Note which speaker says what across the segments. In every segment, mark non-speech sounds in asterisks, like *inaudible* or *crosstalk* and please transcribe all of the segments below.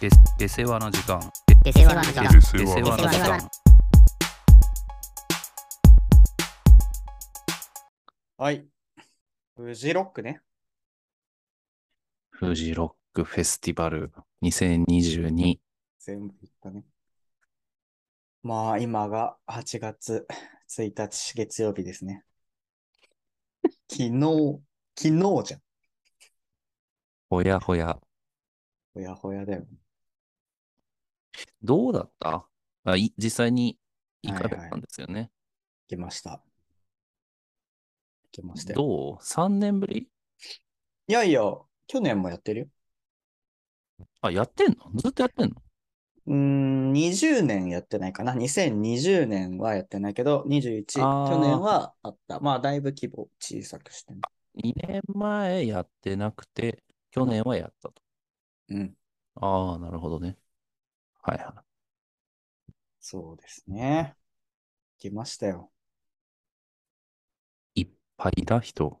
Speaker 1: で出世話の時間
Speaker 2: 出世話の時間
Speaker 3: で
Speaker 1: 出
Speaker 3: 世
Speaker 1: 世
Speaker 3: 話
Speaker 1: 話の時間
Speaker 4: はい。フジロックね。
Speaker 3: フジロックフェスティバル2022。
Speaker 4: 全部言ったね。まあ、今が8月1日月曜日ですね。 *laughs* 昨日、昨日じゃん。
Speaker 3: ほやほや。
Speaker 4: ほやほやだよ。
Speaker 3: どうだったあい実際に行かれ
Speaker 4: はい
Speaker 3: た
Speaker 4: はい
Speaker 3: んですよね。
Speaker 4: 来ました。来ましたよ。
Speaker 3: どう ?3 年ぶり
Speaker 4: いやいや、去年もやってるよ。
Speaker 3: あ、やってんのずっとやってんの
Speaker 4: うーん、20年やってないかな。2020年はやってないけど、21、
Speaker 3: あー
Speaker 4: 去年はあった。まあ、だいぶ規模小さくしてね
Speaker 3: ?2 年前やってなくて、去年はやったと。
Speaker 4: うん、
Speaker 3: ああ、なるほどね。はいは
Speaker 4: そうですね。来ましたよ。
Speaker 3: い。いっぱいだ、人。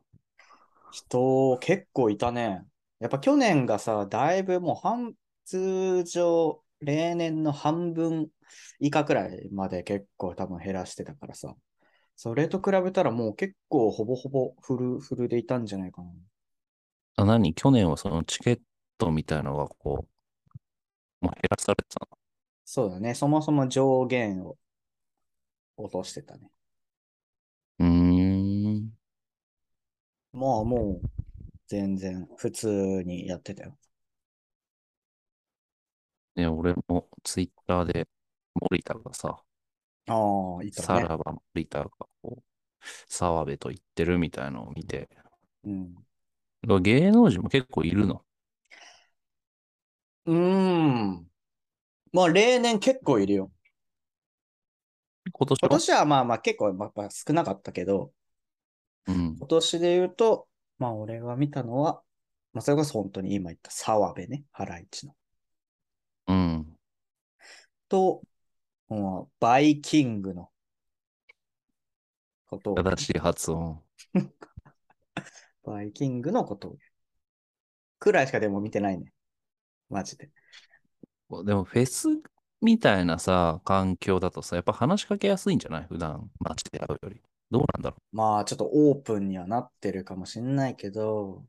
Speaker 4: 人結構いたね。やっぱ去年がさ、だいぶもう半、通常、例年の半分以下くらいまで結構多分減らしてたからさ。それと比べたらもう結構ほぼほぼフルフルでいたんじゃないかな。
Speaker 3: あ、何去年はそのチケットみたいのがこう、もう減らされてたの
Speaker 4: そうだね。そもそも上限を落としてたね。
Speaker 3: うーん。
Speaker 4: まあもう、全然普通にやってたよ。
Speaker 3: ね、俺もツイッターで森田がさ、
Speaker 4: ああ、いた
Speaker 3: さ
Speaker 4: ね。
Speaker 3: らば森田がこう、澤部と言ってるみたいのを見て、
Speaker 4: うん。
Speaker 3: 芸能人も結構いるの。
Speaker 4: うーん。まあ例年結構いるよ。
Speaker 3: 今年
Speaker 4: 今
Speaker 3: は、
Speaker 4: 年はまあまあ結構まあまあ少なかったけど、
Speaker 3: うん、
Speaker 4: 今年で言うと、まあ俺が見たのは、まあそれこそ本当に今言った澤部ね、ハライチの。
Speaker 3: うん。
Speaker 4: と、もうバイキングのことを、
Speaker 3: 正しい発音。
Speaker 4: バイキングのことを。くらいしかでも見てないね。マジで。
Speaker 3: でもフェスみたいなさ、環境だとさ、やっぱ話しかけやすいんじゃない普段街で会うより。どうなんだろ
Speaker 4: まあちょっとオープンにはなってるかもしんないけど、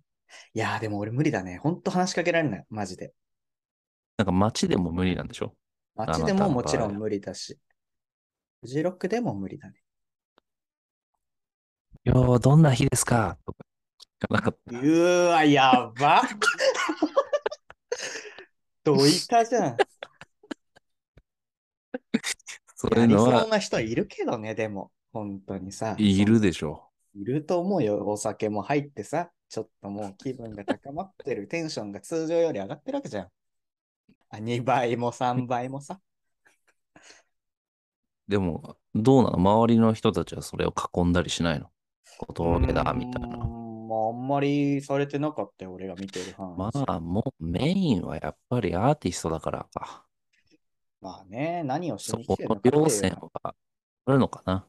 Speaker 4: いやーでも俺無理だね。ほんと話しかけられない。マジで。
Speaker 3: う。なんか街でも無理なんでしょ
Speaker 4: 街で
Speaker 3: あなた
Speaker 4: も
Speaker 3: の
Speaker 4: もちろ
Speaker 3: 場
Speaker 4: ん
Speaker 3: 合
Speaker 4: 無理だし。フジロックでも無理だね。
Speaker 3: よー、どんな日ですかとか聞かなかっ
Speaker 4: うーわ、やばドイタじゃん。
Speaker 3: た。そうい
Speaker 4: や
Speaker 3: う
Speaker 4: り
Speaker 3: の
Speaker 4: そう
Speaker 3: は
Speaker 4: な人いるけどね、でも。本当にさ。
Speaker 3: いるでしょ
Speaker 4: いると思うよ。お酒も入ってさ。ちょっともう気分が高まって
Speaker 3: *laughs*
Speaker 4: る。テンションが通常より上がってるわけじゃん。あ2倍も3倍もさ。
Speaker 3: でも、どうなの周りの人たちはそれを囲んだりしないの
Speaker 4: う
Speaker 3: 断れだ、みたい
Speaker 4: ー
Speaker 3: な。
Speaker 4: んまあ、あんまりされてなかったよ、俺が見てる範囲。
Speaker 3: まあ、もうメインはやっぱりアーティストだからか。
Speaker 4: まあね、何をし
Speaker 3: そ
Speaker 4: に来
Speaker 3: こ
Speaker 4: てるのか
Speaker 3: の
Speaker 4: っていう
Speaker 3: 両線はあるのかな。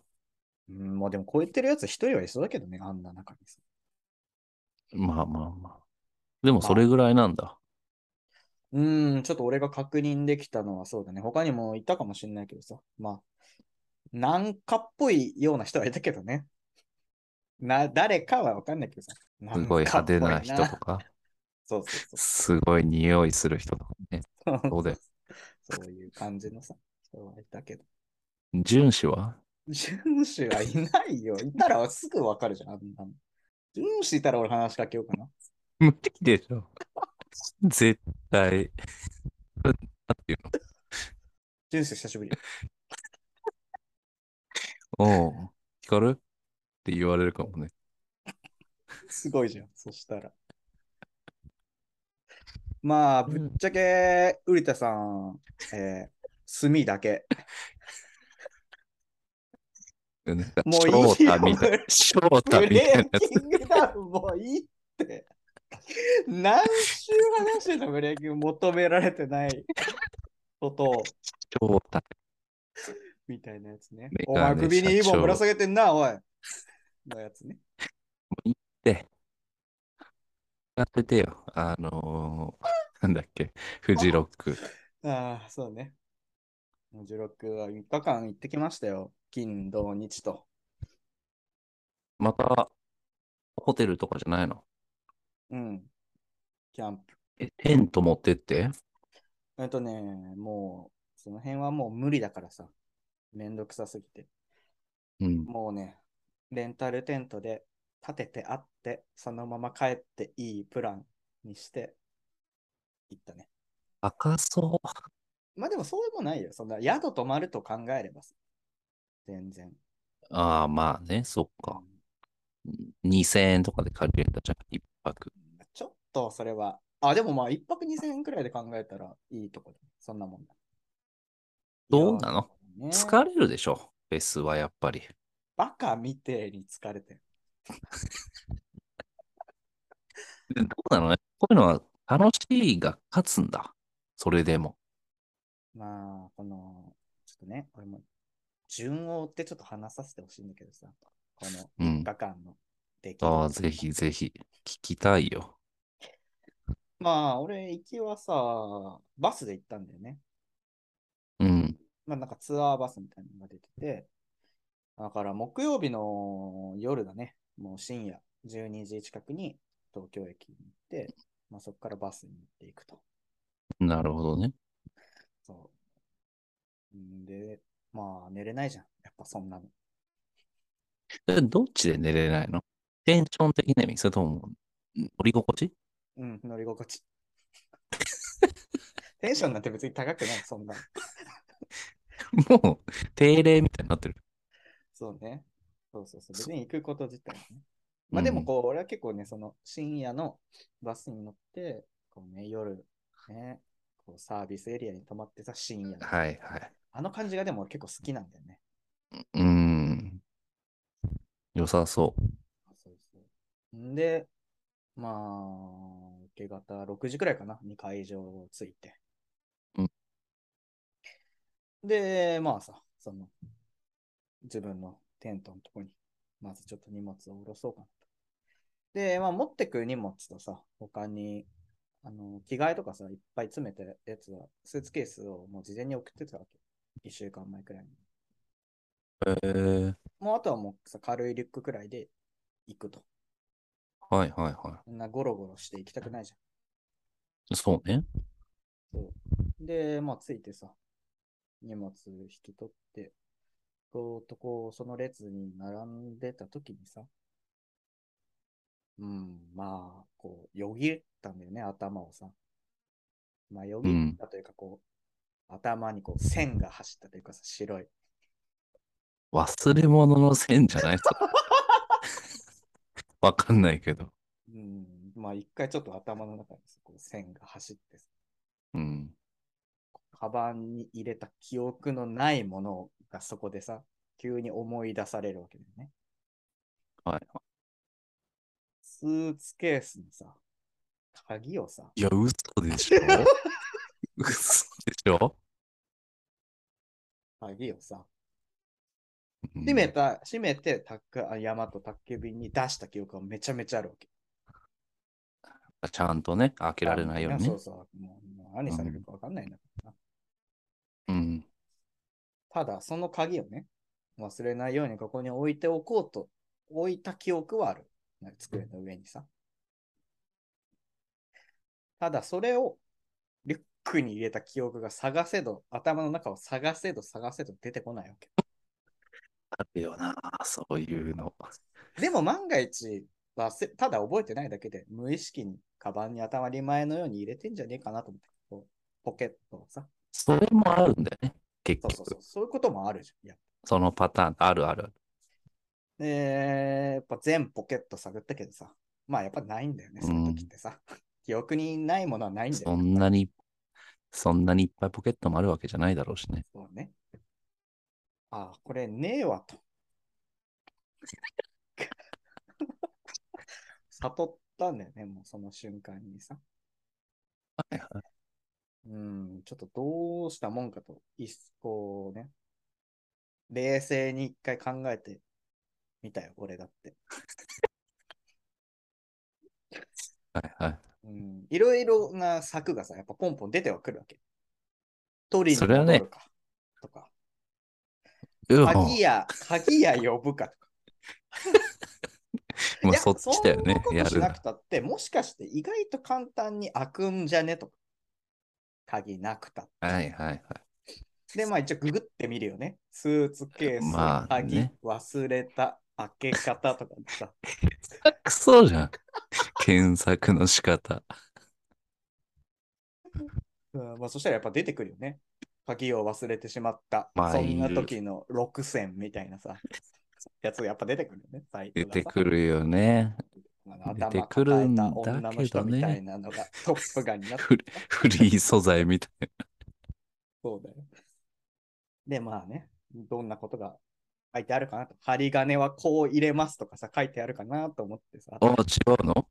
Speaker 4: うん、まあでも超えてるやつ一人はいそうだけどね、あんな中にさ。
Speaker 3: まあまあまあ。でもそれぐらいなんだ。
Speaker 4: うーん、ちょっと俺が確認できたのはそうだね。他にもいたかもしれないけどさ。まあ、なんかっぽいような人はいたけどね。な、誰かはわかんないけどさ。
Speaker 3: すごい
Speaker 4: んかっ
Speaker 3: 派
Speaker 4: ぽ
Speaker 3: 手な人とか、
Speaker 4: そうそうそ
Speaker 3: すごい匂いする人とかね。
Speaker 4: う。
Speaker 3: そ
Speaker 4: *laughs*
Speaker 3: うだよ。
Speaker 4: そういう感じのさ、人はいたけど。
Speaker 3: 純子は
Speaker 4: 純子はいないよ。いたらすぐわかるじゃん、あんなの。純子いたら俺話しかけようかな。
Speaker 3: 無理でしょ。絶対。なんていう
Speaker 4: 純子久しぶり。
Speaker 3: のおう、光るって言われるかもね。
Speaker 4: すごいじゃん、そしたら。まあ、ぶっちゃけ、瓜田さん、えー、炭だけ。
Speaker 3: なんか
Speaker 4: もういいよ
Speaker 3: 翔太みたいな。翔太
Speaker 4: ブ
Speaker 3: みたい
Speaker 4: レ
Speaker 3: な
Speaker 4: イキングダウンもういいって。何週話してたブレイキング求められてないことを
Speaker 3: 翔太。
Speaker 4: みたいなやつね
Speaker 3: メ。
Speaker 4: お
Speaker 3: ガ
Speaker 4: 前
Speaker 3: ネ
Speaker 4: 首にイボ
Speaker 3: 社長
Speaker 4: ぶら下げてんな、おい。のやつね。
Speaker 3: やっててよ。あのーなんだっけ、フジロック。
Speaker 4: ああ、そうね。16は3日間行ってきましたよ。金、土、日と。
Speaker 3: また、ホテルとかじゃないの
Speaker 4: うん。キャンプ。
Speaker 3: え、テント持ってって
Speaker 4: えっとね、もう、その辺はもう無理だからさ。めんどくさすぎて。
Speaker 3: うん。
Speaker 4: もうね、レンタルテントで立ててあって、そのまま帰っていいプランにして行ったね。
Speaker 3: 高そう。
Speaker 4: まあでもそうでもないよ。そんな宿泊まると考えればさ。全然。
Speaker 3: ああ、まあね、そっか。2000円とかで借りれたじゃん、一泊。
Speaker 4: ちょっとそれは。あ、でもまあ、一泊二千円くらいで考えたらいいとこだ。そんなもんだ。
Speaker 3: どうなの
Speaker 4: いやーね
Speaker 3: 疲れるでしょ、フェスはやっぱり。
Speaker 4: バカみてえに疲れてる。
Speaker 3: でどうなのねこういうのは楽しいが勝つんだ。それでも。
Speaker 4: まあ、この、ちょっとね、俺も、順を追ってちょっと話させてほしいんだけどさ、この
Speaker 3: うん
Speaker 4: 3日間の出来事
Speaker 3: ああ、ぜひぜひ、聞きたいよ。
Speaker 4: まあ、俺、行きはさ、バスで行ったんだよね。
Speaker 3: うん。
Speaker 4: まあ、なんかツアーバスみたいなのが出てて、だから木曜日の夜だね、もう深夜12時近くに東京駅に行って、まあ、そこからバスに乗っていくと。
Speaker 3: なるほどね。
Speaker 4: そう。んで、まあ、寝れないじゃん。やっぱそんなの。
Speaker 3: えどっちで寝れないのテンション的な意味それとも、乗り心地 *laughs*
Speaker 4: うん、乗り心地。 *laughs* テンションなんて別に高くない、そんな。
Speaker 3: もう、定例みたいになってる。
Speaker 4: そうね。そうそうそう。別に行くこと自体はね。まあでもこう、俺は結構ね、その深夜のバスに乗って、こうね、夜、ね、こうサービスエリアに泊まってさ、深夜の。
Speaker 3: はいはい。
Speaker 4: あの感じがでも俺結構好きなんだよね。
Speaker 3: うーん。良さそう。
Speaker 4: そうそう。んで、まあ、明け方6時くらいかな、に会場を着いて。
Speaker 3: うん
Speaker 4: で、まあさ、その、自分のテントのとこに、まずちょっと荷物を下ろそうかなと。で、まあ持ってく荷物とさ、他に、あの、着替えとかさ、いっぱい詰めたやつは、スーツケースをもう事前に送ってたわけ。1週間前くらいに。
Speaker 3: えー、
Speaker 4: もうあとはもうさ、軽いリュックくらいで行くと。
Speaker 3: はいはいは
Speaker 4: そんなゴロゴロして行きたくないじ
Speaker 3: い。そうね。
Speaker 4: ゃん。そうで、まあ、ついてさ、荷物引き取って、こうとこう、その列に並んでた時にさ、うん、まあ、こう、よぎったんだよね、頭をさ。まあ、よぎったというか、こう、頭にこう、線が走ったというかさ、白い。
Speaker 3: 忘れ物の線じゃ *laughs* ないわかんないけど。
Speaker 4: うん、まあ、一回ちょっと頭の中にさこう線が走ってさ
Speaker 3: うん。
Speaker 4: カバンに入れた記憶のないものがそこでさ、急に思い出されるわけだよね。
Speaker 3: はい。
Speaker 4: スーツケースにさ、鍵をさ、
Speaker 3: いや、嘘で *laughs* しょ嘘でしょ
Speaker 4: 鍵をさ、
Speaker 3: うん
Speaker 4: 閉めた、閉めて、タック、あ山と宅急便に出した記憶がめちゃめちゃあるわけ。
Speaker 3: ちゃんとね、開けられないように
Speaker 4: そ
Speaker 3: ね
Speaker 4: う。そう。もうもう何されるかわかんないんだからな。
Speaker 3: うん。
Speaker 4: ただ、その鍵をね、忘れないようにここに置いておこうと、置いた記憶はある。机の上にさ。ただ、それをリュックに入れた記憶が探せど、頭の中を探せど探せど出てこないわけ。
Speaker 3: あるよな、そういうの。
Speaker 4: でも万が一、忘れただ覚えてないだけで、無意識にカバンに頭り前のように入れてんじゃねえかなと思って、こうポケットをさ。
Speaker 3: それもあるんだよね、結
Speaker 4: そう
Speaker 3: 局。
Speaker 4: そうそう、そういうこともあるじゃん。いや
Speaker 3: そのパターン、あるある。
Speaker 4: で、やっぱ全ポケット探ったけどさ、まあやっぱないんだよね、
Speaker 3: うん
Speaker 4: その時ってさ。 *laughs* 記憶にないものはないんだ
Speaker 3: そ
Speaker 4: よ。
Speaker 3: んなに、そんなにいっぱいポケットもあるわけじゃないだろうしね。
Speaker 4: そうね。ああ、これねえわと。 *laughs* 悟ったんだよね、もうその瞬間にさ。
Speaker 3: はいは
Speaker 4: うん、ちょっとどうしたもんかと、いっこうね、冷静に一回考えてみたよ、俺だって。
Speaker 3: いはいはい。
Speaker 4: うん、いろいろな策がさ、やっぱポンポン出てはくるわけ。取りに
Speaker 3: それはね
Speaker 4: 戻るか。とか。
Speaker 3: うん
Speaker 4: 鍵や、鍵や呼ぶかとか。
Speaker 3: まあ
Speaker 4: いや
Speaker 3: そっちだよね
Speaker 4: そんなこ、と
Speaker 3: や
Speaker 4: し
Speaker 3: る
Speaker 4: な
Speaker 3: な
Speaker 4: く。たって、もしかして意外と簡単に開くんじゃねとか。鍵なくたって。
Speaker 3: はいはいはい。
Speaker 4: で、まあ一応ググってみるよね。スーツケース、
Speaker 3: まあ
Speaker 4: 鍵
Speaker 3: ね、
Speaker 4: 忘れた、開け方とかさ。
Speaker 3: クソじゃん。 *laughs* 検索の仕方。
Speaker 4: うんまあ、そしたらやっぱ出てくるよね。鍵を忘れてしまった。
Speaker 3: まあ
Speaker 4: そんない
Speaker 3: る
Speaker 4: 時の6選みたいなさ。やつやっぱ出てくるよね。サイト
Speaker 3: 出
Speaker 4: がさ
Speaker 3: てくるよね。
Speaker 4: あの
Speaker 3: 出て
Speaker 4: 頭
Speaker 3: くる
Speaker 4: 抱え
Speaker 3: んだ
Speaker 4: た
Speaker 3: けどね
Speaker 4: 女の人みたいなのがトップガンになって
Speaker 3: フリフリー素材みたい
Speaker 4: そうだよ。で、まあね、どんなことが書いてあるかなと。針金はこう入れますとかさ、書いてあるかなと思ってさ。
Speaker 3: な。お違うの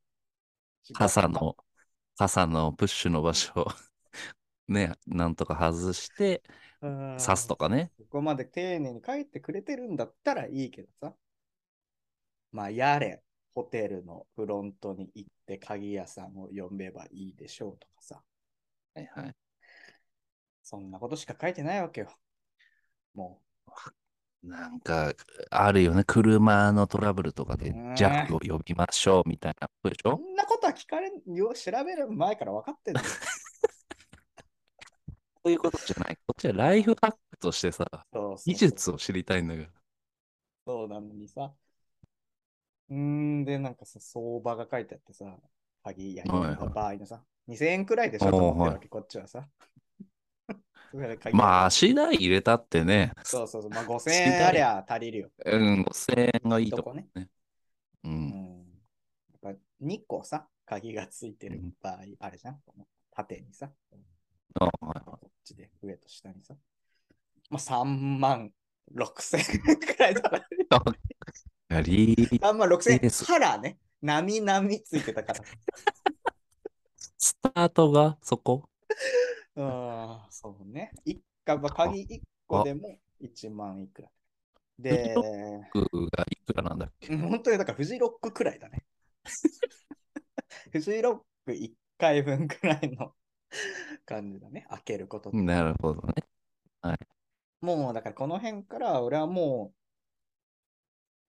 Speaker 4: 違う
Speaker 3: 傘の、傘のプッシュの場所。 *laughs* ね、なんとか外して、
Speaker 4: うん
Speaker 3: 刺すとかね。
Speaker 4: ここまで丁寧に書いてくれてるんだったらいいけどさ。まあ、やれ、ホテルのフロントに行って鍵屋さんを呼べばいいでしょうとかさ。
Speaker 3: はいはい。
Speaker 4: そんなことしか書いてないわけよ。も
Speaker 3: なんか、あるよね。車のトラブルとかで
Speaker 4: ね、
Speaker 3: ジャックを呼びましょうみたいなことでし
Speaker 4: う、
Speaker 3: ょ
Speaker 4: こんなことは聞かれん、よ調べる前から分かってんだ
Speaker 3: *laughs*
Speaker 4: よ。
Speaker 3: そういうことじゃない。こっちはライフハックとしてさ、
Speaker 4: そうそうそう
Speaker 3: 技術を知りたいんだけど。
Speaker 4: そうなのにさ。うーん、で、なんかさ、相場が書いてあってさ、鍵やり
Speaker 3: はいは
Speaker 4: た
Speaker 3: い
Speaker 4: 場合のさ、2000円くらいでしょと思ってるわけ、こっちはさ。 *laughs* それで鍵
Speaker 3: まあ、足代入れたってね、
Speaker 4: そうそうそう、まあ5000
Speaker 3: 次第
Speaker 4: 円ありゃ足りるよ。
Speaker 3: うん、5000円がいいと
Speaker 4: と
Speaker 3: こ。
Speaker 4: こね。
Speaker 3: う。
Speaker 4: うんん。やっぱ2個さ、鍵がついてる場合あるじゃん。この縦にさ、
Speaker 3: あはいはい
Speaker 4: こっちで上と下にさ。まあ3万6000円くらいだ *laughs* から。
Speaker 3: やり、
Speaker 4: 3万6000
Speaker 3: で
Speaker 4: 円。
Speaker 3: す
Speaker 4: カラーね。なみなみついてたから。 *laughs*
Speaker 3: スタートがそこ
Speaker 4: ああ、そうね。一株、鍵一個でも1万いくら。で、
Speaker 3: がいくらなんだっけ
Speaker 4: 本当にだからフジロックくらいだね。 *laughs* フジロック1回分くらいの感じだね。開けることって。
Speaker 3: なるほどね。
Speaker 4: もうだからこの辺から俺はも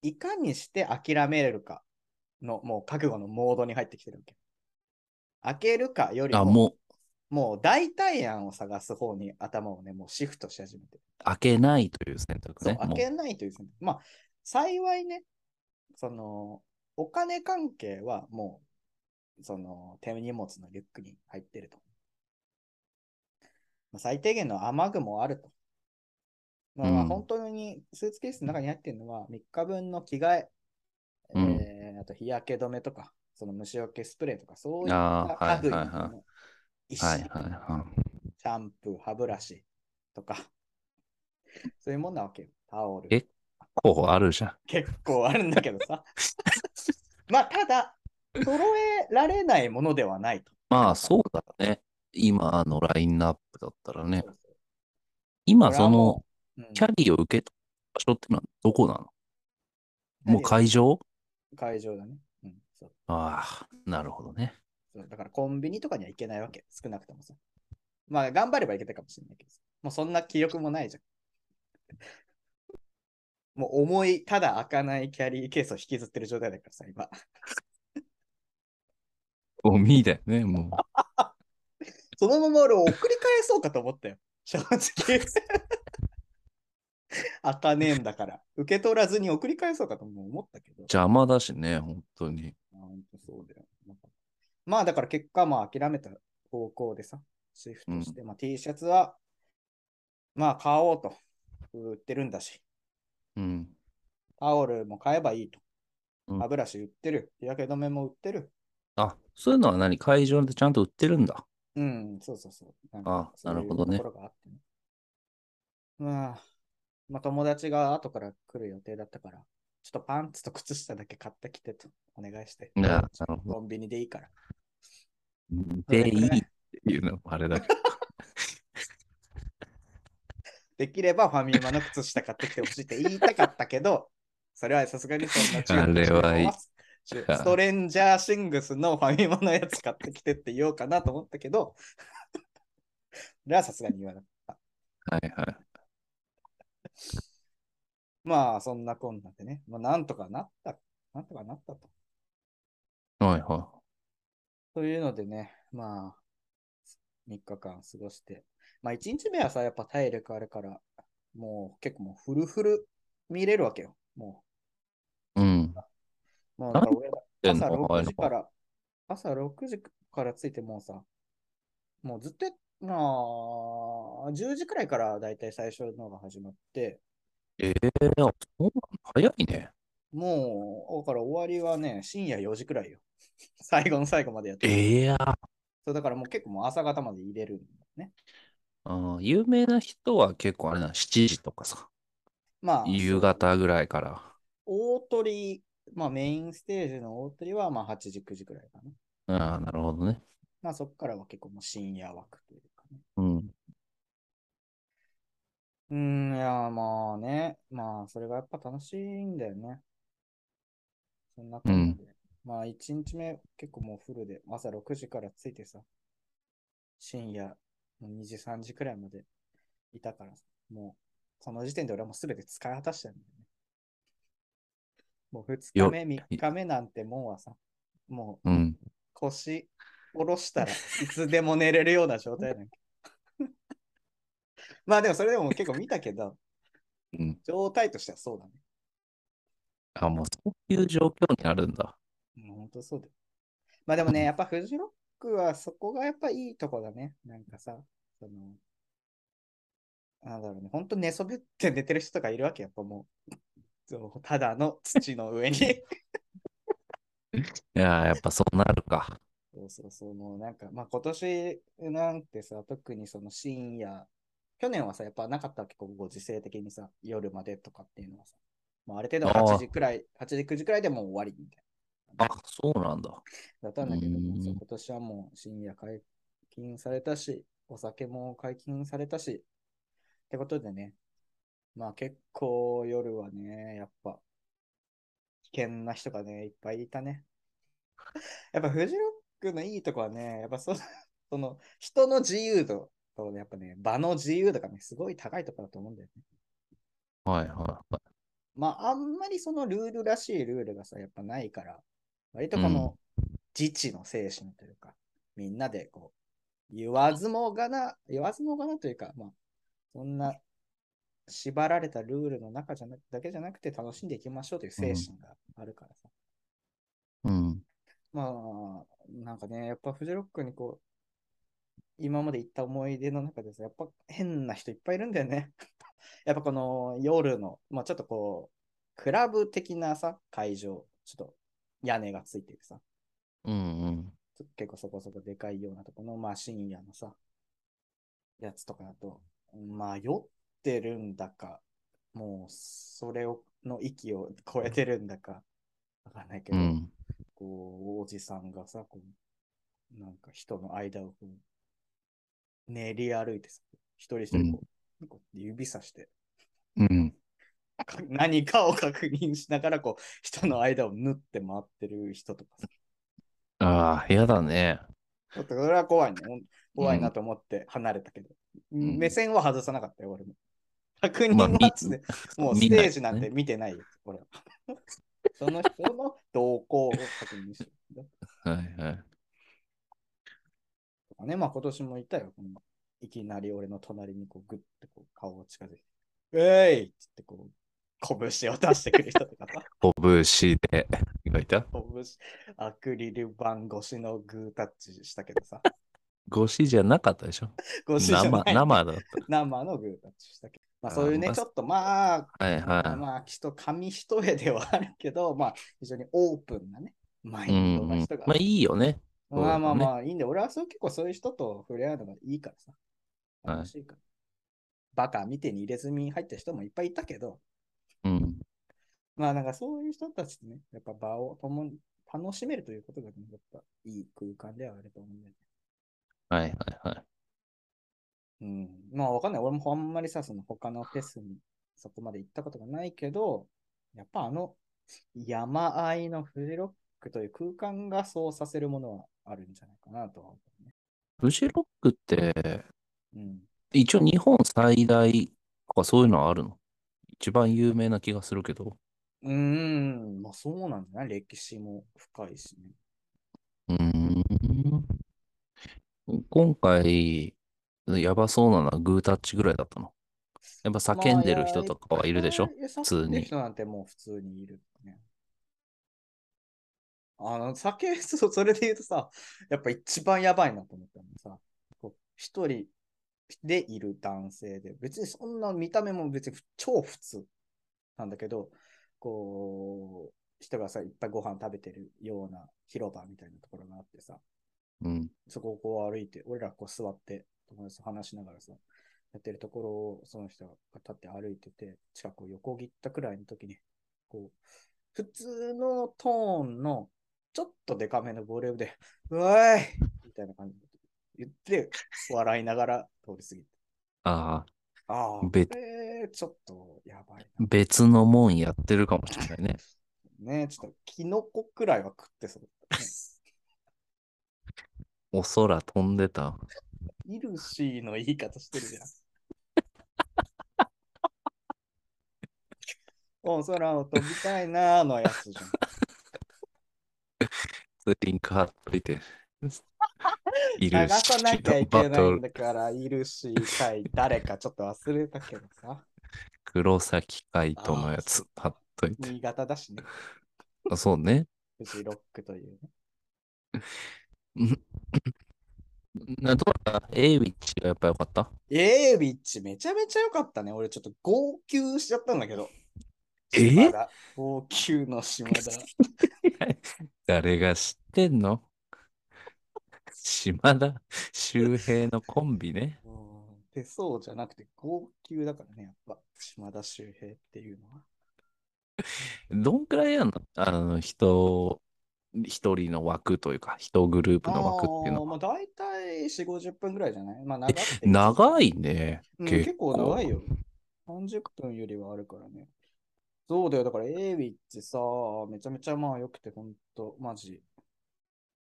Speaker 4: う、いかにして諦めれるかの、もう覚悟のモードに入ってきてるわけ。開けるかより
Speaker 3: あ、
Speaker 4: も、
Speaker 3: も
Speaker 4: もう代替案を探す方に頭をね、もうシフトし始めてる。
Speaker 3: う、開けないという選択
Speaker 4: そう、
Speaker 3: ね。
Speaker 4: 開
Speaker 3: もう
Speaker 4: けないという選択まあ、幸いね、その、お金関係はもう、その、手荷物のリュックに入ってると。まあ、最低限の雨具もあると。まあ、まあ
Speaker 3: うん
Speaker 4: 本当にスーツケースの中に入ってるのは3日分の着替え、
Speaker 3: うん
Speaker 4: えーあと日焼け止めとか、その虫除けスプレーとか、そういっ
Speaker 3: あー
Speaker 4: た類の
Speaker 3: はいはいはい
Speaker 4: 一
Speaker 3: はい
Speaker 4: 式
Speaker 3: はいは
Speaker 4: シャンプー、歯ブラシとか、そういうもんなわけよ。タオル。
Speaker 3: えい。候補あるじゃん。
Speaker 4: 結構あるんだけどさ。 *laughs* まあ、ただ、揃えられないものではないと。
Speaker 3: まあ、そうだね。今のラインナップだったらね
Speaker 4: そう。そう
Speaker 3: 今、
Speaker 4: これ
Speaker 3: そ
Speaker 4: は
Speaker 3: の
Speaker 4: も、ううん
Speaker 3: キャリーを受け取った場所ってのはどこなの
Speaker 4: キャリー
Speaker 3: もう会場
Speaker 4: 会場だね。うんそう
Speaker 3: ああ、なるほどね。
Speaker 4: そうだからコンビニとかには行けないわけ、少なくともさ。まあ、頑張れば行けたかもしれないけどさ。もうそんな気力もないじゃん。もう重い、ただ開かないキャリーケースを引きずってる状態だからさ、今。
Speaker 3: ゴミだよね、も
Speaker 4: そのまま俺を送り返そうかと思ったよ。正直。 *laughs* 当たねえんだから。受け取らずに送り返そうかとも思ったけど
Speaker 3: う。。邪魔だしね、本当に。
Speaker 4: まあ本当そうだよ。なんかまあだから結果、まあ諦めた方向でさ、シフトして、まあ T シャツは、まあ買おうと。売ってるんだし、
Speaker 3: うん。
Speaker 4: タオルも買えばいいと。
Speaker 3: うん
Speaker 4: 歯ブラシ売ってる。日焼け止めも売ってる。
Speaker 3: あ、そういうのは何会場でちゃんと売ってるんだ。
Speaker 4: うん、そうそうそう。なん
Speaker 3: あ
Speaker 4: かそういう
Speaker 3: なるほどね
Speaker 4: ところがあってね。まあ、まあ、友達が後から来る予定だったから、ちょっとパンツと靴下だけ買ってきてとお願いして。
Speaker 3: ななるほど。
Speaker 4: コンビニでいいから。
Speaker 3: で、いいっていうのもあれだけど。
Speaker 4: できればファミマの靴下買ってきてほしいって言いたかったけど、それはさすがにそんな
Speaker 3: あれはい
Speaker 4: ストレンジャーシングスのファミマのやつ買ってきてって言おうかなと思ったけど、 *laughs* それはさすがに言わなかった。
Speaker 3: *laughs* はいはい。
Speaker 4: まあ、そんなこんなでね。まあ、なんとかなった。なんとかなったと。
Speaker 3: はいは
Speaker 4: というのでね、まあ、3日間過ごして。まあ、1日目はさ、やっぱ体力あるから、もう結構もうフルフル見れるわけよ。も
Speaker 3: い。うん。
Speaker 4: う、もうだから俺ら
Speaker 3: で
Speaker 4: 朝
Speaker 3: も
Speaker 4: 6時か
Speaker 3: あれ
Speaker 4: ら、朝6時からついてもうさ、もうずっとやっ、なあ、10時くらいからだいたい最初のが始まって、
Speaker 3: ええー、あそう早いね。
Speaker 4: もう、だから終わりはね、深夜4時くらいよ。 *laughs* 最後の最後までやって。
Speaker 3: ええー、
Speaker 4: そうだからもう結構もう朝方まで入れるんだよね。
Speaker 3: あー有名な人は結構あれな、7時とかさ、
Speaker 4: まあ、
Speaker 3: 夕方ぐらいから。
Speaker 4: 大鳥、まあメインステージの大鳥はまあ8時、9時くらいかな。
Speaker 3: ああ、なるほどね。
Speaker 4: まあそこからは結構もう深夜枠というかね。
Speaker 3: うん。
Speaker 4: うーん、いや、まあね。まあそれがやっぱ楽しいんだよね。そんな感じで。まあ1日目結構もうフルで朝6時から着いてさ、深夜もう2時、3時くらいまでいたからさ、もうこの時点で俺はもう全て使い果たしたんだよね。もう2日目、3日目なんてもんはさ、もう
Speaker 3: うん。
Speaker 4: 腰下ろしたらいつでも寝れるような状態なんけ *laughs* まあでもそれでも結構見たけど、
Speaker 3: うん。
Speaker 4: 状態としてはそうだね。
Speaker 3: あ、もうそういう状況になるんだ。
Speaker 4: もう本当そうだよ。まあでもね、やっぱフジロックはそこがやっぱいいとこだね。なんかさ、その、なんだろうね、本当寝そべって寝てる人とかいるわけ、やっぱもう。そうただの土の上に。
Speaker 3: いやー、やっぱそうなるか。
Speaker 4: そうそうそう、もうなんか、まあ今年なんてさ、特にその深夜、去年はさ、やっぱなかったわけ、こうご時世的にさ、夜までとかっていうのはさ、もうある程度
Speaker 3: あー
Speaker 4: 8時くらい、8時9時くらいでもう終わりみたい
Speaker 3: あ、そうなんだ。
Speaker 4: な。だったんだけど、
Speaker 3: うーん
Speaker 4: もうそう今年はもう深夜解禁されたし、お酒も解禁されたし、ってことでね、まあ結構夜はね、やっぱ、危険な人がね、いっぱいいたね。 *laughs* やっぱフジロックのいいとこはね、やっぱそその人の自由度と、やっぱね、場の自由度がね、すごい高いとこだと思うんだよね。
Speaker 3: はいはいはい。
Speaker 4: まあ、あんまりそのルールらしいルールがさ、やっぱないから、割とこの自治の精神というか、みんなでこう、言わずもがな、言わずもがなというか、まあ、そんな縛られたルールの中じゃなだけじゃなくて楽しんでいきましょうという精神があるからさ。
Speaker 3: うん。
Speaker 4: まあ、なんかね、やっぱフジロックにこう、今まで行った思い出の中でさ、やっぱ変な人いっぱいいるんだよね。 *laughs* やっぱこの夜の、まあちょっとこう、クラブ的なさ、会場、ちょっと屋根がついてるさ、
Speaker 3: うんうん。
Speaker 4: ちょっと結構そこそこでかいようなとこの、まあ深夜のさ、やつとかだと、まあ酔ってるんだか、もうそれを、の域を超えてるんだか、わかんないけ
Speaker 3: う
Speaker 4: ど、
Speaker 3: ん。
Speaker 4: こう、おじさんがさ、こう、なんか人の間をこう、練り歩いてさ、一人一人こう、こう指さして、 *laughs*
Speaker 3: うん。
Speaker 4: か何かを確認しながら、こう、人の間を縫って回ってる人とかさ、
Speaker 3: ああ、やだね。
Speaker 4: ちょっとそれは怖いね。ほん怖いなと思って離れたけど、
Speaker 3: ん
Speaker 4: 目線は外さなかったよ、俺も。確認 *laughs*
Speaker 3: まあ
Speaker 4: はつで、もうス
Speaker 3: 見ない
Speaker 4: テージなんて見てないよ、俺は。 *laughs* その人の動向を確認してる。
Speaker 3: はいはい。
Speaker 4: とかね、まあ今年もいたよ。このいきなり俺の隣にこうグッてこう顔を近づいて、ウェイっつってこう、拳を出してくる人とか
Speaker 3: *laughs*
Speaker 4: さ、
Speaker 3: こぶしで。今いた
Speaker 4: 拳、アクリル板越しのグータッチしたけどさ、
Speaker 3: ごしじゃなかったでしょ
Speaker 4: 越しじゃない
Speaker 3: 生、生だっ
Speaker 4: 生のグータッチしたけど、まあそういうね、
Speaker 3: あー
Speaker 4: ちょっとまあ、
Speaker 3: た。はいは
Speaker 4: まあ、ちょっと紙一重ではあるけど、まあ、非常にオープンなね、マイ
Speaker 3: い。うん
Speaker 4: ンド
Speaker 3: う。
Speaker 4: なん人が。
Speaker 3: まあいいよね。そうだ
Speaker 4: まあ
Speaker 3: よね
Speaker 4: まあまあ、いいんで、俺はそう結構そういう人と触れ合うのがいいからさ。
Speaker 3: はい
Speaker 4: 楽しいから。バカ見てに入れ墨入った人もいっぱいいたけど、
Speaker 3: うん。
Speaker 4: まあなんかそういう人たちとね、やっぱ場を共に楽しめるということが、ね、やっぱいい空間ではあると思うんだよね。
Speaker 3: はいはいはい。
Speaker 4: うん。まあわかんない。俺もあんまりさ、その他のフェスにそこまで行ったことがないけど、やっぱあの山あいのフジロックという空間がそうさせるものはあるんじゃないかなとは思
Speaker 3: フジロックって、
Speaker 4: う。うん。
Speaker 3: 一応日本最大とかそういうのはあるの一番有名な気がするけど。
Speaker 4: うーん、まあそうなんじゃない歴史も深いしね。
Speaker 3: うーん。今回、やばそうなのはグータッチぐらいだったの。やっぱ叫んでる人とかはいるでしょ、
Speaker 4: 普叫
Speaker 3: 通に
Speaker 4: んでる人なんてもう普通にいるね。あの、酒、 *laughs* そうそれで言うとさ、やっぱ一番やばいなと思ったのさ、こう一人でいる男性で、別にそんな見た目も別に超普通なんだけど、こう、人がさ、いっぱいご飯食べてるような広場みたいなところがあってさ、
Speaker 3: うん。
Speaker 4: そこをこう歩いて、俺らこう座って、友達と話しながらさ、やってるところをその人が立って歩いてて、近くを横切ったくらいの時に、こう、普通のトーンのちょっとデカめのボリュームで、うわーいみたいな感じで言って、笑いながら通り過ぎて。
Speaker 3: ああ、
Speaker 4: ああ、
Speaker 3: 別
Speaker 4: えー、ちょっとやばいな。
Speaker 3: 別のもんやってるかもしれないね。
Speaker 4: ねちょっとキノコくらいは食ってそうだったね、
Speaker 3: お空飛んでた。
Speaker 4: イルシーの言い方してるじゃん。お空を飛びたいなーのやつじゃん。
Speaker 3: リンク貼っと
Speaker 4: *laughs*
Speaker 3: いて。いる
Speaker 4: 流さなきゃいけ
Speaker 3: バ
Speaker 4: な
Speaker 3: ト
Speaker 4: いん
Speaker 3: ル
Speaker 4: だから、イルシーかい誰かちょっと忘れたけどさ。
Speaker 3: 黒崎海斗のやつ貼っといて。
Speaker 4: 新潟だしね、
Speaker 3: あそうね。
Speaker 4: フジロックという、ね。
Speaker 3: などうだったエイウィッチがやっぱ良かった
Speaker 4: エイビッチめちゃめちゃ良かったね。俺ちょっと号泣しちゃったんだけど。
Speaker 3: え
Speaker 4: 島田号泣の島
Speaker 3: *laughs*
Speaker 4: 田。
Speaker 3: 誰が知ってんの島田周平のコンビね。
Speaker 4: うん手相じゃなくて号泣だからね、やっぱ島田秀平っていうのは。
Speaker 3: どんくらいやんのあの人、一人の枠というか、一グループの枠っていうの
Speaker 4: あー
Speaker 3: は。
Speaker 4: まあ、大体4、50分ぐらいじゃないまあ長くて
Speaker 3: 長いね。
Speaker 4: うん
Speaker 3: 結
Speaker 4: 結構長いよ。30分よりはあるからね。そうだよ、だから A ウィッチさ、めちゃめちゃまあ良くて、ほんと、マジ。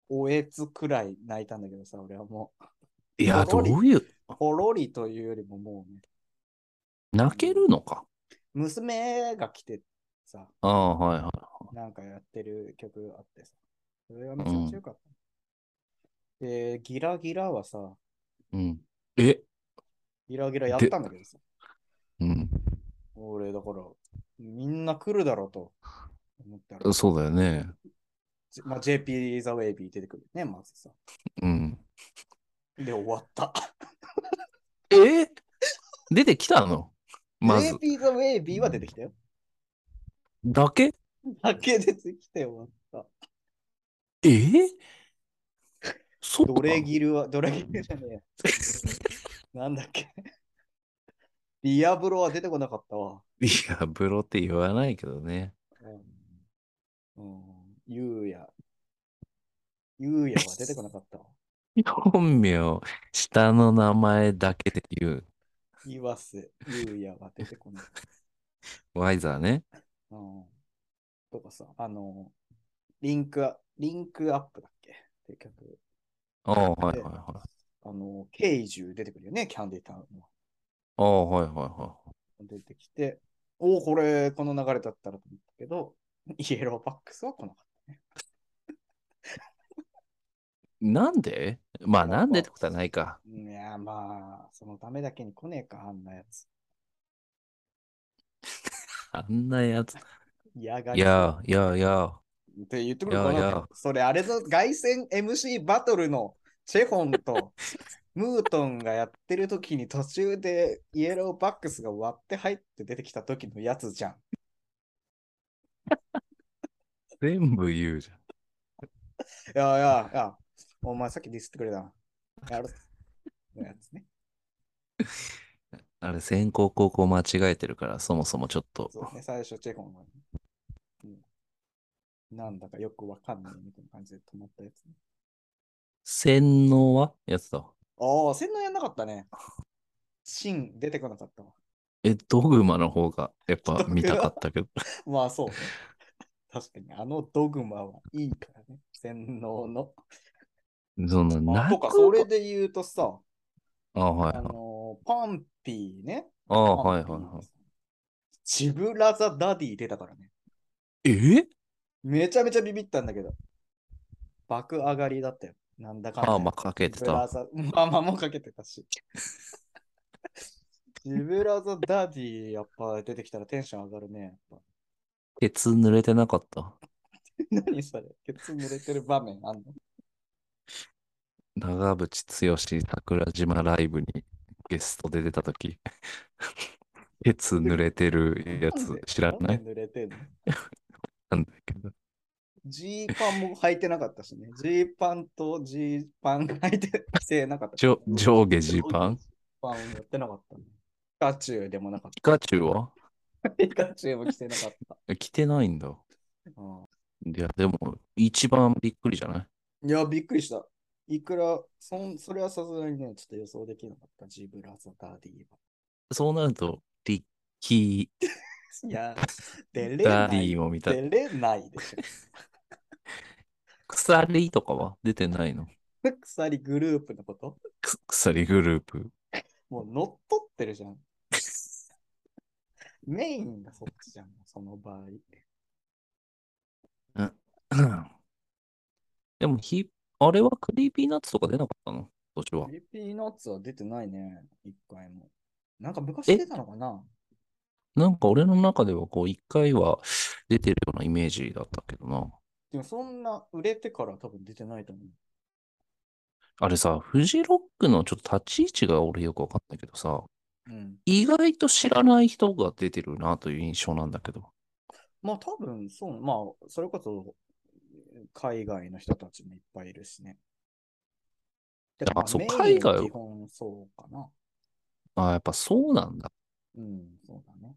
Speaker 4: おえつくらい泣いたんだけどさ、俺はも
Speaker 3: いや、どういう、
Speaker 4: う、ほろりというよりももうね、
Speaker 3: 泣けるのか。
Speaker 4: 娘が来てさ、
Speaker 3: ああ、はいはい。
Speaker 4: なんかやってる曲あってさ、それはめちゃめちゃ良かった。で、ギラギラはさ、
Speaker 3: うん。え、
Speaker 4: ギラギラやったんだけどさ、
Speaker 3: うん。
Speaker 4: 俺だから、みんな来るだろうと思ったら、
Speaker 3: そうだよね。
Speaker 4: じまあ、JP ザ・ウェイビー出てくるね、まずさ。
Speaker 3: うん。
Speaker 4: で、終わった。
Speaker 3: え出てきたのまず。
Speaker 4: JP ザ・ウェイビーは出てきたよ。
Speaker 3: だけ
Speaker 4: だけ出てきて終わった。
Speaker 3: えそう
Speaker 4: ドレ
Speaker 3: なの
Speaker 4: ギルは、ドレギルじゃねえや。なんだっけ。ディアブロは出てこなかったわ。
Speaker 3: *laughs* いや、ブロって言わないけどね。
Speaker 4: うん。うん、ユーヤ。ユーヤは出てこなかったわ。
Speaker 3: 本名、下の名前だけで言う。
Speaker 4: 岩瀬、ユーヤは出てこなかった。
Speaker 3: ワイザーね。
Speaker 4: うん。とかさ、あの、リンクア、リンクアップだっけっていう曲。
Speaker 3: ああ、はいはいはい。
Speaker 4: あの、ケイジュ出てくるよね、キャンディタウンも。
Speaker 3: ああ、はいはいは
Speaker 4: 出てきて、おお、これ、この流れだったらと思ったけど、 *laughs* イエローバックスは来なかっ
Speaker 3: い。なんでまあ
Speaker 4: まあ
Speaker 3: なんでってことはないか。
Speaker 4: た。いやー、まあ、そのためだけに来ねえか、あんなやつ。
Speaker 3: あんなやつ。
Speaker 4: 嫌が
Speaker 3: い
Speaker 4: りそう
Speaker 3: や、いや、いや。
Speaker 4: って言ってくるか
Speaker 3: いやいや
Speaker 4: な。それ、あれの凱旋 MC バトルのチェホン
Speaker 3: *laughs*
Speaker 4: とムートンがやってる時に途中でイエローバックスが割って入って出てきた時のやつじゃん。
Speaker 3: 全部言うじ
Speaker 4: い
Speaker 3: ゃん。
Speaker 4: やいや、いや、お前さっきディスってくれたな。やる。のやつね。
Speaker 3: あれ、先行後攻間違えてるから、そもそもちょっと。
Speaker 4: そうね、最初チェコンは、ねうんなんだかよくわかんないみたいな感じで止まったやつ、ね。
Speaker 3: 洗脳はやってた。
Speaker 4: ああ、洗脳やんなかったね。シン出てこなかったわ。
Speaker 3: *laughs*
Speaker 4: *laughs*
Speaker 3: え、ドグマの方がやっぱ見たかったけど。
Speaker 4: まあそうね。確かに、あのドグマはいいからね。洗脳の。
Speaker 3: その、
Speaker 4: あ
Speaker 3: な
Speaker 4: とか、それで言うとさ、
Speaker 3: あ、はい
Speaker 4: あ
Speaker 3: はい。
Speaker 4: のーパンピーね。
Speaker 3: あ
Speaker 4: あ
Speaker 3: はいはいは
Speaker 4: ジブラザダディ出たからね。
Speaker 3: い。え
Speaker 4: めちゃめちゃビビったんだけど。爆上がりだったよ。なんだかんだ。
Speaker 3: ああ、まあ、かけて
Speaker 4: ジブラ
Speaker 3: た。
Speaker 4: ザ、まあまあもうかけてたし。 *laughs* ジブラザダディ、やっぱ出てきたらテンション上がるね。やっぱ
Speaker 3: 鉄濡れてなかった。
Speaker 4: 何それケツ濡れてる場面あんの
Speaker 3: 長渕剛桜島ライブにゲストで出たとき、鉄濡れてるやつ知らない
Speaker 4: んで濡れてんの
Speaker 3: なんだけど。
Speaker 4: ジーパンも履いてなかったしね。ジーパンとジーパン履いてきてなかった。
Speaker 3: 上上下ジーパン
Speaker 4: 上下ジーパンやってなかったね。ピカチュウでもなかっ
Speaker 3: ピカチュウは
Speaker 4: た。ピ
Speaker 3: *laughs*
Speaker 4: カチュウも着てなかった。
Speaker 3: え着てないんだ。
Speaker 4: う
Speaker 3: いや、でも、一番びっくりじゃない
Speaker 4: ん、いや、びっくりした。いくら、そんそれはさすがにね、ちょっと予想できなかった。ジブラザダディは。
Speaker 3: そうなると、リッキ
Speaker 4: いや、出れ
Speaker 3: ー、ダ
Speaker 4: な
Speaker 3: ディ
Speaker 4: い。
Speaker 3: も見たい。
Speaker 4: 出れないでしょ。
Speaker 3: 鎖とかは出てないの
Speaker 4: 鎖グループのこと
Speaker 3: く鎖グループ。
Speaker 4: もう乗っ取ってるじゃん。メインがそっちじゃん、その場合。
Speaker 3: でもひ、あれはクリーピーナッツとか出なかったの今年は
Speaker 4: ク。リーピーナッツは出てないね、一回も。なんか昔
Speaker 3: え
Speaker 4: 出たのかな
Speaker 3: なんか俺の中ではこう、一回は出てるようなイメージだったけどな。
Speaker 4: でもそんな売れてから多分出てないと思う。
Speaker 3: あれさ、フジロックのちょっと立ち位置が俺よくわかんないけどさ、
Speaker 4: うん。
Speaker 3: 意外と知らない人が出てるなという印象なんだけど。
Speaker 4: まあ多分そう、まあそれこそ海外の人たちもいっぱいいるしね。てか
Speaker 3: あ
Speaker 4: ま
Speaker 3: そう
Speaker 4: メイン
Speaker 3: 海外
Speaker 4: 基本そうかな。
Speaker 3: ああ、やっぱそうなんだ。
Speaker 4: うん、そうだね。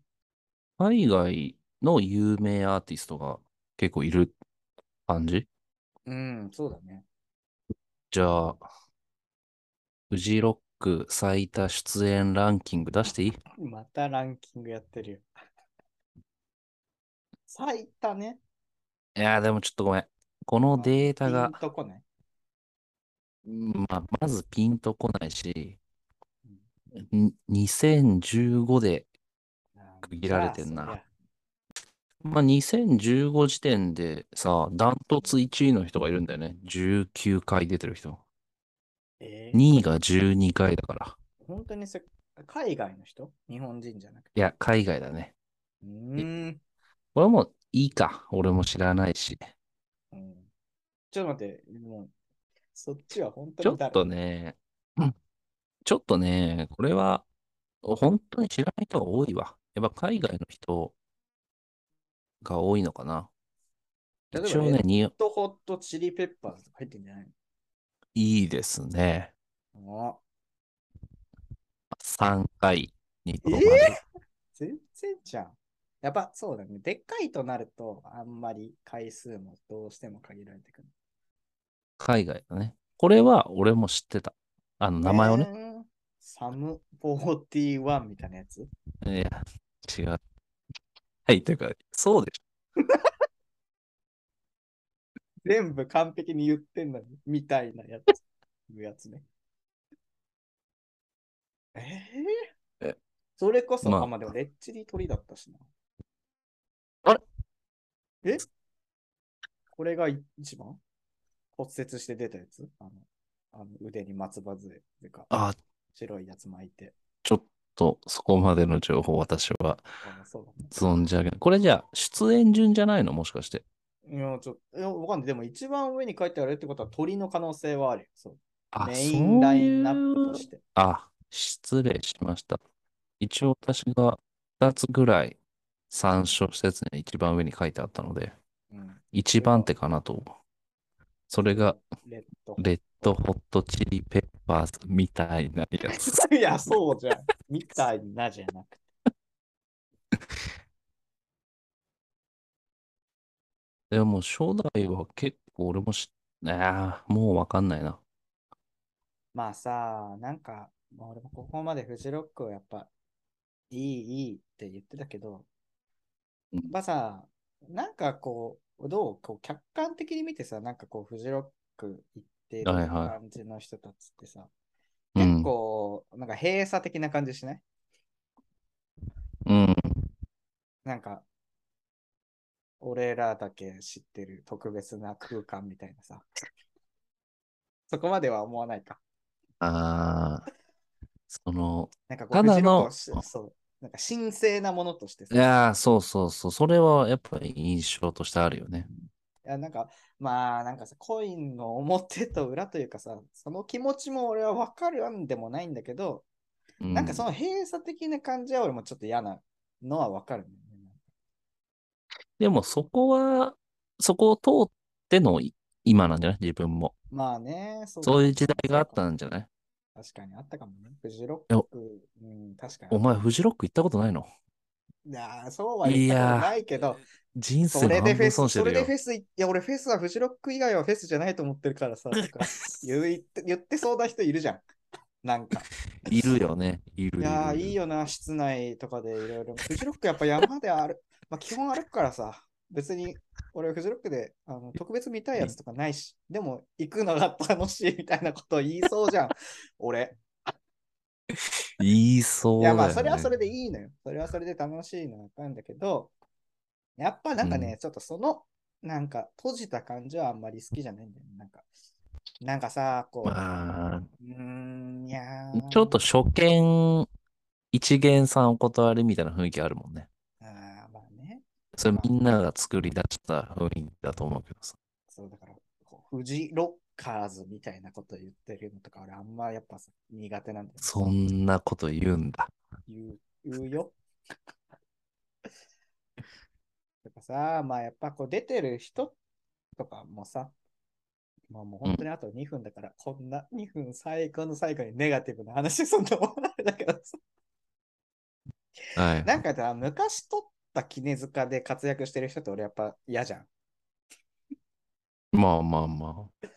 Speaker 3: 海外の有名アーティストが結構いる感じ
Speaker 4: うん、そうだね。
Speaker 3: じゃあ、フジロック最多出演ランキング出していい
Speaker 4: またランキングやって
Speaker 3: *laughs*
Speaker 4: るよ。最多ね。
Speaker 3: いやー、でもちょっとごめん。このデータが
Speaker 4: ピン、とこない。
Speaker 3: うんまあ、まずピンとこないし、ん2015で、区切られてんな
Speaker 4: じゃあ。そりゃ
Speaker 3: まあ、2015時点でさ、ダントツ1位の人がいるんだよね。19回出てる人。
Speaker 4: えー、
Speaker 3: 2位が12回だから。
Speaker 4: 本当にせ海外の人日本人じゃなくて。
Speaker 3: いや、海外だね。
Speaker 4: うーん。
Speaker 3: これはもういいか。俺も知らないし。
Speaker 4: うんちょっと待って、もう、そっちは本
Speaker 3: ち
Speaker 4: 当
Speaker 3: ょ
Speaker 4: に
Speaker 3: っ
Speaker 4: 誰
Speaker 3: とね、うんちょっとね、これは本当に知らない人が多いわ。やっぱ海外の人が多いのかな。
Speaker 4: 例えば
Speaker 3: 一応ね、に
Speaker 4: ホットホットチリペッパーズとか入ってんじゃない
Speaker 3: いいですね。
Speaker 4: のあ
Speaker 3: 3回にとどま
Speaker 4: え
Speaker 3: る。
Speaker 4: 全然じゃん。やっぱそうだね。でっかいとなると、あんまり回数もどうしても限られてくる。
Speaker 3: 海外だね。これは俺も知ってた。あの、名前をね。
Speaker 4: えー。サム41みたいなやつ
Speaker 3: いや、違う。はい、というか、そうでし
Speaker 4: 全部完璧に言ってんのに、みたいなやつ。いうやつね。えー
Speaker 3: え
Speaker 4: それこそ、
Speaker 3: まあ
Speaker 4: あ、まあでも、レッチリ鳥だったしな。
Speaker 3: あれ
Speaker 4: えこれが一番骨折して出たやつあの、あの腕に松葉杖でか、
Speaker 3: あ、
Speaker 4: 白いやつ巻いて。
Speaker 3: ちょっとそこまでの情報私は
Speaker 4: あそうだね。
Speaker 3: 存じ上げない。これじゃあ、出演順じゃないのもしかして。
Speaker 4: いや、ちょっと、いやわかんない。でも一番上に書いてあるってことは鳥の可能性はあるよ。そう。
Speaker 3: あ、
Speaker 4: メインラインナップと
Speaker 3: そういう
Speaker 4: して。
Speaker 3: あ、失礼しました。一応私が2つぐらい参照したやつに一番上に書いてあったので、
Speaker 4: うん
Speaker 3: 一番手かなと。それが、
Speaker 4: レッド
Speaker 3: レッドホットチリペッパーズみたいなや
Speaker 4: *laughs*
Speaker 3: つ。
Speaker 4: いや、そうじゃん。みたいなじゃなくて。
Speaker 3: でも初代は結構俺もし、ああ、もうわかんないな。
Speaker 4: まあさ、なんか、まあ俺もここまでフジロックをやっぱ、いい、いいって言ってたけど
Speaker 3: う、ん
Speaker 4: まあさ、なんかこどうこう客観的に見てさ、なんかこう、フジロック行ってる
Speaker 3: はいはい
Speaker 4: 感じの人たちってさ、
Speaker 3: うん
Speaker 4: 結構、なんか閉鎖的な感じしない
Speaker 3: うん。
Speaker 4: なんか、俺らだけ知ってる特別な空間みたいなさ。そこまでは思わないか。
Speaker 3: ああ。その、
Speaker 4: なんかこう、
Speaker 3: ただの
Speaker 4: フジロックをしそう。なんか神聖なものとしてさ
Speaker 3: い。やー、そうそうそう。それはやっぱり印象としてあるよね。
Speaker 4: いやなんか、まあ、なんかさ、コインの表と裏というかさ、その気持ちも俺は分かるんでもないんだけど、
Speaker 3: うん、
Speaker 4: なんかその閉鎖的な感じは俺もちょっと嫌なのは分かるんだよね。
Speaker 3: でもそこは、そこを通ってのい今なんじゃない自分も。
Speaker 4: まあね、そ
Speaker 3: そういう時代があっ
Speaker 4: そう
Speaker 3: た
Speaker 4: か
Speaker 3: んじゃない
Speaker 4: 確かにあったかもね。フジロ
Speaker 3: いや
Speaker 4: ック、うん、確かに。
Speaker 3: お前、フジロック行ったことないの
Speaker 4: いやーそうは言ったことないけど、
Speaker 3: 人生
Speaker 4: そ
Speaker 3: の
Speaker 4: れで
Speaker 3: 半
Speaker 4: フェ
Speaker 3: 分
Speaker 4: ス、
Speaker 3: 損して
Speaker 4: それ
Speaker 3: る
Speaker 4: で
Speaker 3: よ
Speaker 4: フ。ェス、いや、俺フェスはフジロック以外はフェスじゃないと思ってるから
Speaker 3: *laughs*
Speaker 4: さ、とか言う言って言ってそうな人いるじゃん。なんか。
Speaker 3: いるよね。いる
Speaker 4: いやー
Speaker 3: る
Speaker 4: いい。よな、室内とかでいろいろ。フジロックやっぱ山である。まあ、基本歩くからさ、別に俺フジロックであの特別見たいやつとかないし、でも行くのが楽しいみたいなことを言いそうじ
Speaker 3: *laughs*
Speaker 4: ゃん、俺。
Speaker 3: 言いそ
Speaker 4: いう
Speaker 3: だ
Speaker 4: や
Speaker 3: よ、ね。
Speaker 4: まあそれはそれでいいのよ。それはそれで楽しいのはわかるんだけど、やっぱなんかね、
Speaker 3: う
Speaker 4: ちょっとその、なんか閉じた感じはあんまり好きじゃないんだよね。なんか、なんかさ、こう、
Speaker 3: まあ、
Speaker 4: うーん、いやー
Speaker 3: ちょっと初見、一元さんお断りみたいな雰囲気あるもんね。
Speaker 4: あーまあね、
Speaker 3: それみんなが作り出した雰囲気だと思うけどさ。
Speaker 4: そうだから、こうフジロッカーズみたいなこと言ってるのとか、俺あんまやっぱさ苦手なんだよね。
Speaker 3: そんなこと言うんだ。
Speaker 4: 言う言うよ。とかさ、まあやっぱこう出てる人とかもさ、まあもう本当にあと2分だから、こんな2分最後の最後にネガティブな話そんなもんあれだけど
Speaker 3: *laughs*
Speaker 4: さ。
Speaker 3: はい。
Speaker 4: なんかさ、昔撮った絹塚で活躍してる人って俺やっぱ嫌じゃん。
Speaker 3: まあまあまあ。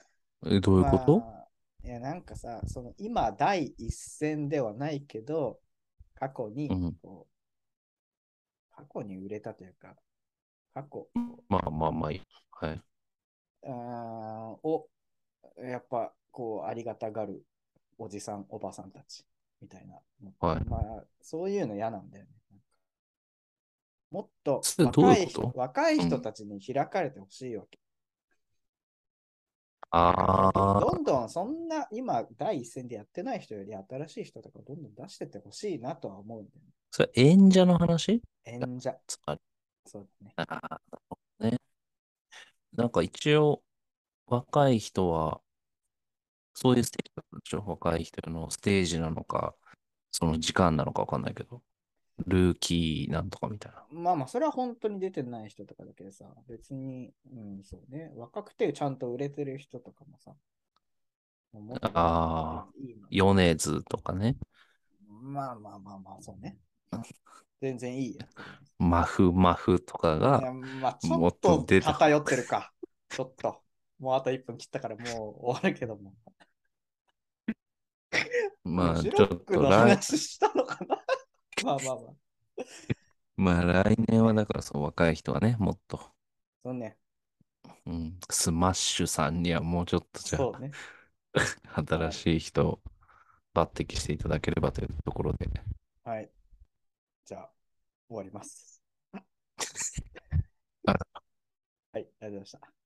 Speaker 3: え、どういうこと、
Speaker 4: まあいやなんかさ、その今第一線ではないけど、過去に
Speaker 3: うん
Speaker 4: こう、過去に売れたというか、過去こう
Speaker 3: まあ、まあまあまあいい。はい。
Speaker 4: あーを、やっぱ、こう、ありがたがるおじさん、おばさんたち、みたいな。
Speaker 3: はい。
Speaker 4: まあ、そういうの嫌なんだよね。もっと
Speaker 3: それどう
Speaker 4: 若い
Speaker 3: い
Speaker 4: う
Speaker 3: こと
Speaker 4: 人若い人たちに開かれてほしいわけ。
Speaker 3: ああ、
Speaker 4: どんどんそんな今第一線でやってない人より新しい人とかどんどん出してってほしいなとは思うんだよ
Speaker 3: それ演者の話
Speaker 4: ね。演者。
Speaker 3: つまり。
Speaker 4: そうだね。
Speaker 3: ああ、なるほどね。なんか一応、若い人は、そういうステージだったでしょ若い人のステージなのか、その時間なのかわかんないけど、ルーキーなんとかみたいな。
Speaker 4: まあまあ、それは本当に出てない人とかだけどさ、別に、うん、そうね、若くてちゃんと売れてる人とかもさ、もっと
Speaker 3: あ
Speaker 4: いいの
Speaker 3: ヨネズとかね、
Speaker 4: まあまあまあまあ、そうね。全然いいや。
Speaker 3: マフマフとか
Speaker 4: いや
Speaker 3: が、
Speaker 4: まあ、ちょ
Speaker 3: も
Speaker 4: っ
Speaker 3: っと
Speaker 4: と
Speaker 3: 出た
Speaker 4: 偏ってるか。ちょっと。もうあと1分切ったからもう終わるけども。
Speaker 3: まあ
Speaker 4: フ
Speaker 3: ち
Speaker 4: ジ
Speaker 3: ょ
Speaker 4: ロ
Speaker 3: っ
Speaker 4: ック
Speaker 3: と
Speaker 4: の
Speaker 3: 来、
Speaker 4: 話したのかな *laughs* まあまあまあ。
Speaker 3: まあ来年はだからその若い人はね、もっと、
Speaker 4: そうね。
Speaker 3: うん、スマッシュさんにはもうちょっとじゃ
Speaker 4: そうね。
Speaker 3: あ、新しい人を抜擢していただければというところで。
Speaker 4: はい。じゃあ、終わります。はい、ありがとうございました。